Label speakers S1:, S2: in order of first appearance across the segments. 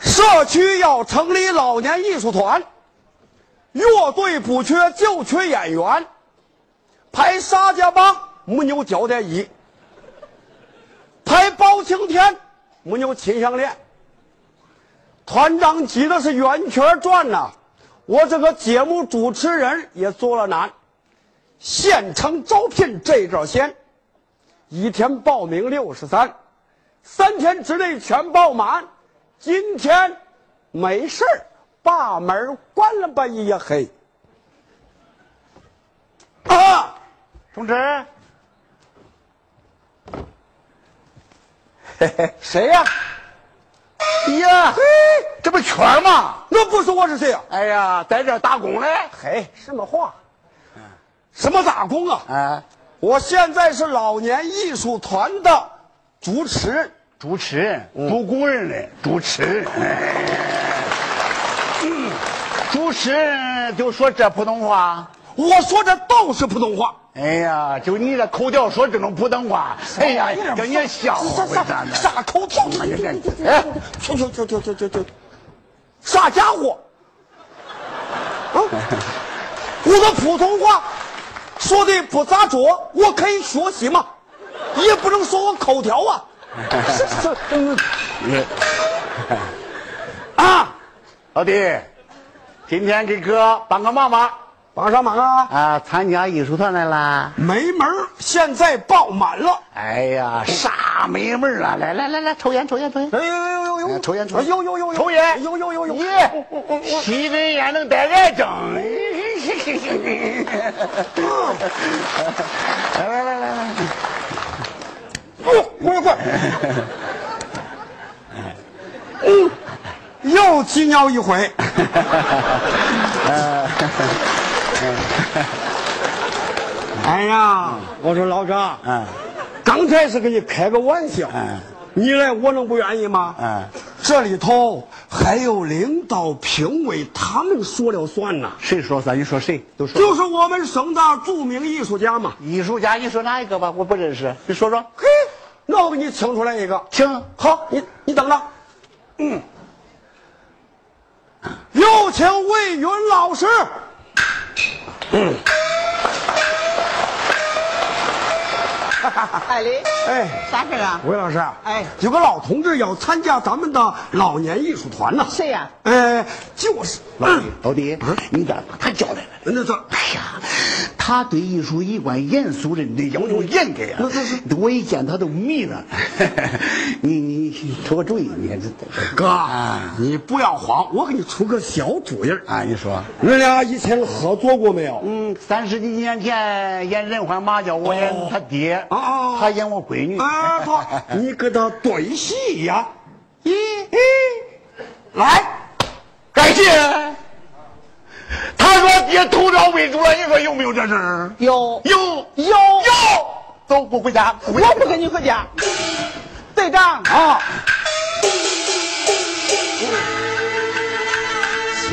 S1: 需要成立老年艺术团，乐队不缺，就缺演员。排沙家浜没有焦点一，排包青天没有秦香莲。团长急的是圆圈转呐、我这个节目主持人也做了难。现场招聘这招鲜，一天报名六十三，三天之内全报满。今天没事儿，把门关了吧，夜黑。啊，
S2: 同志，
S1: 谁呀、
S2: 哎呀
S1: 嘿，，
S2: 这不全吗？
S1: 那不是我是谁呀、
S2: 哎呀，在这儿打工嘞？
S1: 嘿，什么话？嗯什么打工啊？
S2: 啊，
S1: 我现在是老年艺术团的主持人。
S2: 主持人，做工人嘞，主持人。嗯主持人就说这普通话。
S1: 我说这都是普通话。
S2: 哎呀，就你这口调说这种普通话，哎呀，让人笑话
S1: 啥
S2: 咱们。
S1: 啥口条？
S2: 哎呀这
S1: 哎，去去去去去去去，啥家伙？啊！我的普通话说的不咋着，我可以学习嘛，也不能说我口条 啊。是是嗯啊，
S2: 老弟，今天给哥帮个忙吧。
S1: 帮上忙啊！
S2: 啊，参加艺术团来啦。
S1: 没门儿现在爆满了。
S2: 哎呀，啥没门儿啊！来来来来，抽烟抽烟抽烟。
S1: 哎呦呦呦呦！
S2: 抽烟抽烟
S1: 呦呦呦呦！
S2: 抽烟
S1: 呦呦呦呦！
S2: 咦，吸根烟能得癌症。来来来来来，
S1: 哦，快快！嗯，又鸡尿一 回。哎呀，我说老张，
S2: 嗯，
S1: 刚才是跟你开个玩笑，
S2: 嗯
S1: 你来我能不愿意吗？
S2: 嗯，
S1: 这里头还有领导、评委，他们说了算呐。
S2: 谁说算？你说谁？都说。
S1: 就是我们省的著名艺术家嘛。
S2: 艺术家，你说哪一个吧？我不认识，你说说。
S1: 嘿，那我给你请出来一个。
S2: 请。
S1: 好，你你等着。嗯，有请魏云老师。
S3: 海林，
S1: 哎，
S3: 啥事儿啊？
S1: 魏老师啊，
S3: 哎
S1: 有个老同志要参加咱们的老年艺术团呢。
S3: 谁呀
S1: 哎，就是
S2: 老弟，老弟，你咋把他叫来了？
S1: 那这
S2: 哎呀，他对艺术一贯严肃认真，要求严格呀
S3: 嗯
S1: 那那。
S2: 我一见他都迷了。你你出个主意，你这
S1: 哥
S2: 啊，
S1: 你不要慌，我给你出个小主意儿。
S2: 啊，你说，
S3: 嗯
S1: 你俩以前合作过没有？
S2: 嗯，三十几年前演人欢麻将，我演他爹，
S1: 哦哦哦
S2: 他演我闺女。
S1: 啊， 他，你跟他对戏呀？咦咦，来，
S2: 感谢。他啊说爹头朝为主了，你说有没有这事儿？
S3: 有
S2: 有
S3: 有
S2: 有，走，不回家，不回家
S3: 我不跟你回家。队长，
S1: 啊，
S3: 千里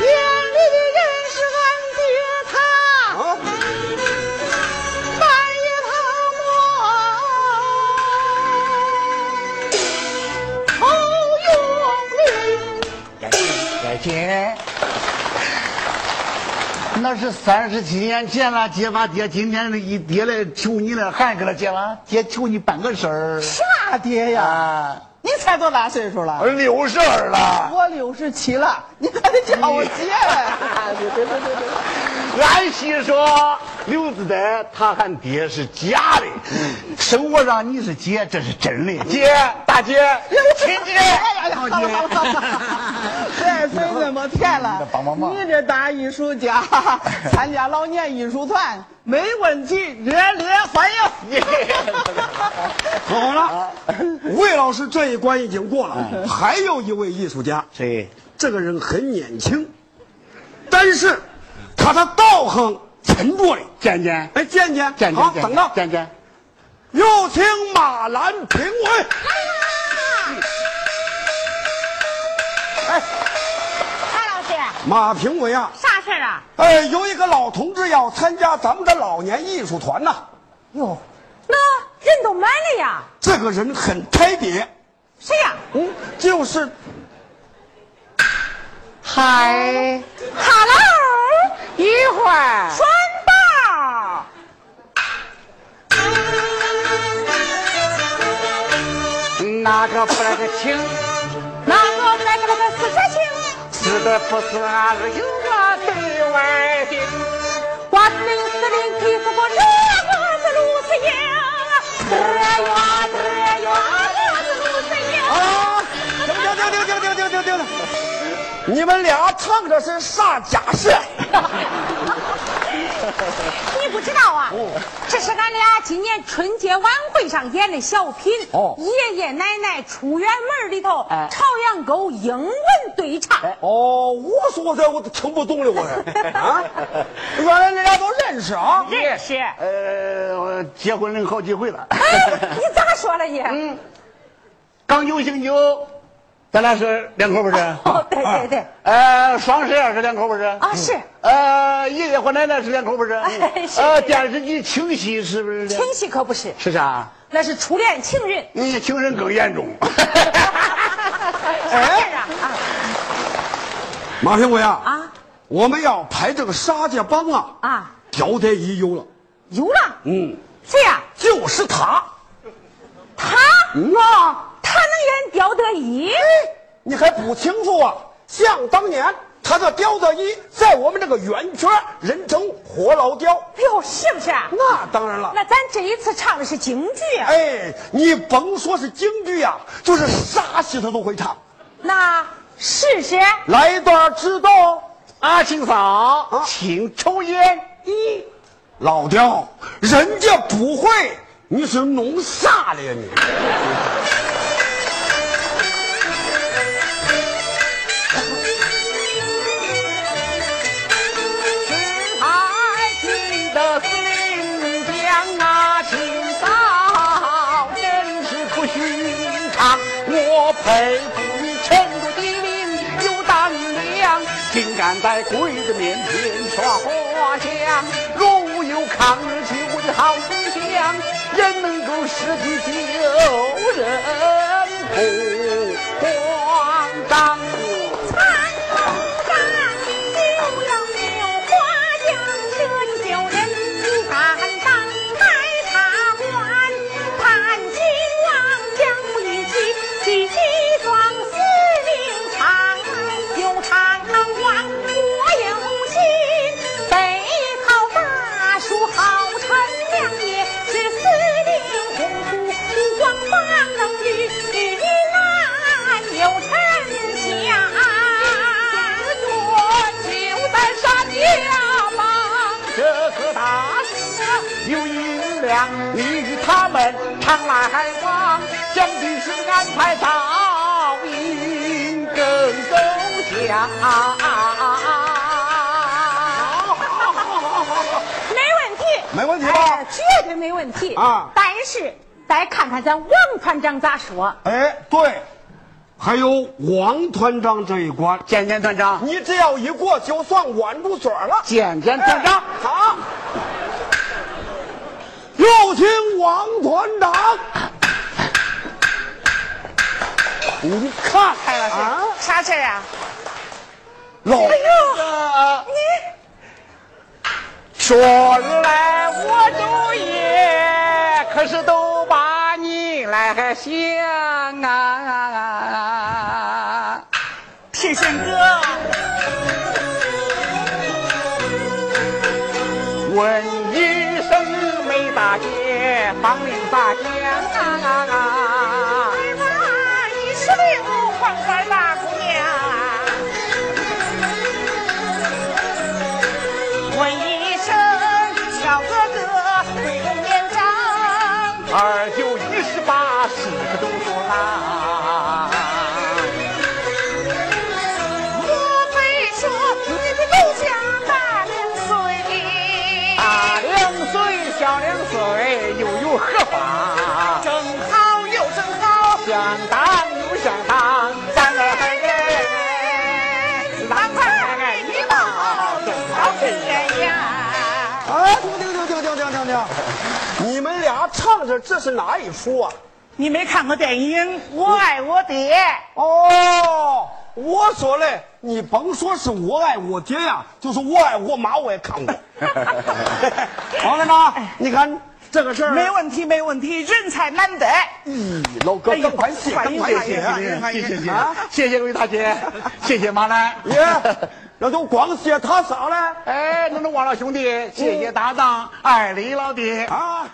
S3: 的人是俺爹他，
S1: 啊
S3: 半夜他摸好用力，
S2: 再见。那是三十七年前了，结巴爹，今天这一爹来求你了，还给他结巴，爹求你办个事儿。
S3: 啥爹呀？
S2: 啊，
S3: 你才多大岁数
S1: 啊
S3: 了？
S2: 六十二了，
S3: 我六十七了，你还得叫我 姐。对对对对对。
S2: 俺媳说刘子丹他喊爹是假的，生活上你是姐，这是真的。姐，大姐， 亲姐，
S3: 哎呀呀，好
S2: 好
S3: 了好了好了
S2: 姐。，
S3: 这嘴怎么甜了？
S2: 帮帮忙
S3: 你这大艺术家， 参加老年艺术团没问题，热烈欢迎。
S1: 可好 了，魏老师这一关已经过了，还有一位艺术家，
S2: 谁？
S1: 这个人很年轻，但是他的道行沉着嘞。
S2: 健健，
S1: 哎，见见，
S2: 健
S1: 好，
S2: 健，
S1: 等着，
S2: 健健。
S1: 有请马兰评
S4: 哎
S1: 委。嗯
S4: 马哎老师，
S1: 马评委啊，
S4: 啥事儿啊？
S1: 哎，有一个老同志要参加咱们的老年艺术团呐、
S4: 哟，那人都满了呀？
S1: 这个人很特别，
S4: 谁呀？
S1: 嗯，就是
S2: 嗨，
S4: ，Hello，
S2: 一会儿
S4: 栓爆，
S2: 那个不那个情，
S4: 那个那个那个四川情，
S2: 吃的不是俺是有我对外的。
S4: 瓜子林司令皮肤薄，那个是卢思英，这呀这呀，那个是卢思英。
S1: 啊！停停停停停停停停停停！你们俩唱的是啥家事？
S4: 你不知道啊，这是俺俩今年春节晚会上演的小品。
S1: 哦
S4: 爷爷奶奶出远门里头，
S3: 哎
S4: 朝阳沟英文对唱。
S1: 哦，我说这我都听不懂了，我 这啊！原来你俩都认识啊？
S4: 认识。
S2: 呃，我结婚了好几回了，
S4: 哎，你咋说了也？
S2: 刚九星九，咱俩是两口不是？
S4: 哦， 对
S1: 啊
S4: 对对，
S2: 呃，双十二是两口不是？
S1: 嗯
S4: 啊是
S2: 呃，爷爷和奶奶是两口不是？
S4: 哎是
S2: 呃，电视剧情戏是不是？
S4: 亲戚可不是，
S2: 是啥？
S4: 那是初恋情人。
S2: 你情人更严重。
S4: 啥事儿啊？啊
S1: 哎马平贵啊，
S4: 啊
S1: 我们要排这个沙家浜啊，
S4: 啊！
S1: 交代已有了，
S4: 有了，
S1: 嗯，
S4: 谁呀？
S1: 就是他。
S4: 他哦
S1: 嗯啊，
S4: 他能演刁德一？
S1: 你还不清楚啊？想当年，他这刁德一在我们这个圆圈人称活老刁。
S4: 哎呦，是不是？
S1: 那当然了，
S4: 那咱这一次唱的是京剧啊。
S1: 哎，你甭说是京剧呀、就是啥戏他都会唱。
S4: 那试试。
S1: 来一段知道？啊
S2: 阿庆嫂，请抽烟。
S1: 咦，老刁，人家不会，你是弄啥了呀你？
S2: 爱情的司令将阿庆嫂，真是不寻常。我佩服你成都的民有胆量，竟敢在鬼子面前耍花枪。若无有抗日救国的好思想，人能够实地救人不慌张。
S4: 三头山就要绣花样，这一绣人你敢当开茶馆，盼君王将我一起去西装司令场，有长望我有心，背靠大树好乘凉，也是司令洪福光芒与与难有沉香。我就在山下吧。
S2: 这棵大树 有银两，你与他们常来往，将军是安排到银更够家。
S4: 没问题，
S1: 没问题吧
S4: 哎绝对没问题
S1: 啊
S4: 但是得看看咱王团长咋说。
S1: 哎，对，还有王团长这一关，
S2: 简简团长，
S1: 你只要一过就算管住嘴儿了。
S2: 简简团长，
S1: 好，有请王团长。你看，
S3: 哎，老师，
S1: 啊
S3: 啥事儿啊？
S1: 老
S2: 这说来我昼夜可是都把你来想啊。
S3: 是顺哥，
S2: 闻一声没大街，房林大街啊！
S4: 妈，你是令我黄花大姑娘，
S3: 问一声小哥哥，贵龙年长，
S2: 二九一十八，十个都有啦。
S4: 我非说你的梦想大两岁。
S2: 大啊两岁，小两岁，又有何妨？
S3: 正好又正好，
S2: 想当又想当，咱二人，哎咱二人一抱，正好这样。
S1: 哎，停停停停停停停停！你们俩唱着这是哪一出啊？
S3: 你没看过电影《我爱我爹》？
S1: 哦，我说嘞，你甭说是我爱我爹呀，就是我爱我妈，我也看 过。王大妈，你看这个事儿，
S3: 哎没问题，没问题，人才难得。
S1: 咦，老哥，
S3: 哎呦
S1: 赶快谢，
S3: 欢
S1: 赶
S3: 迎
S1: 快谢啊
S3: 欢！迎
S2: 谢谢谢谢
S1: 啊
S2: 谢谢各位大姐，谢谢马兰。
S1: 爷，那就光谢他
S3: 啊
S1: 啥嘞？
S2: 哎，那那王老兄弟，谢谢搭档，爱李老弟。
S1: 啊。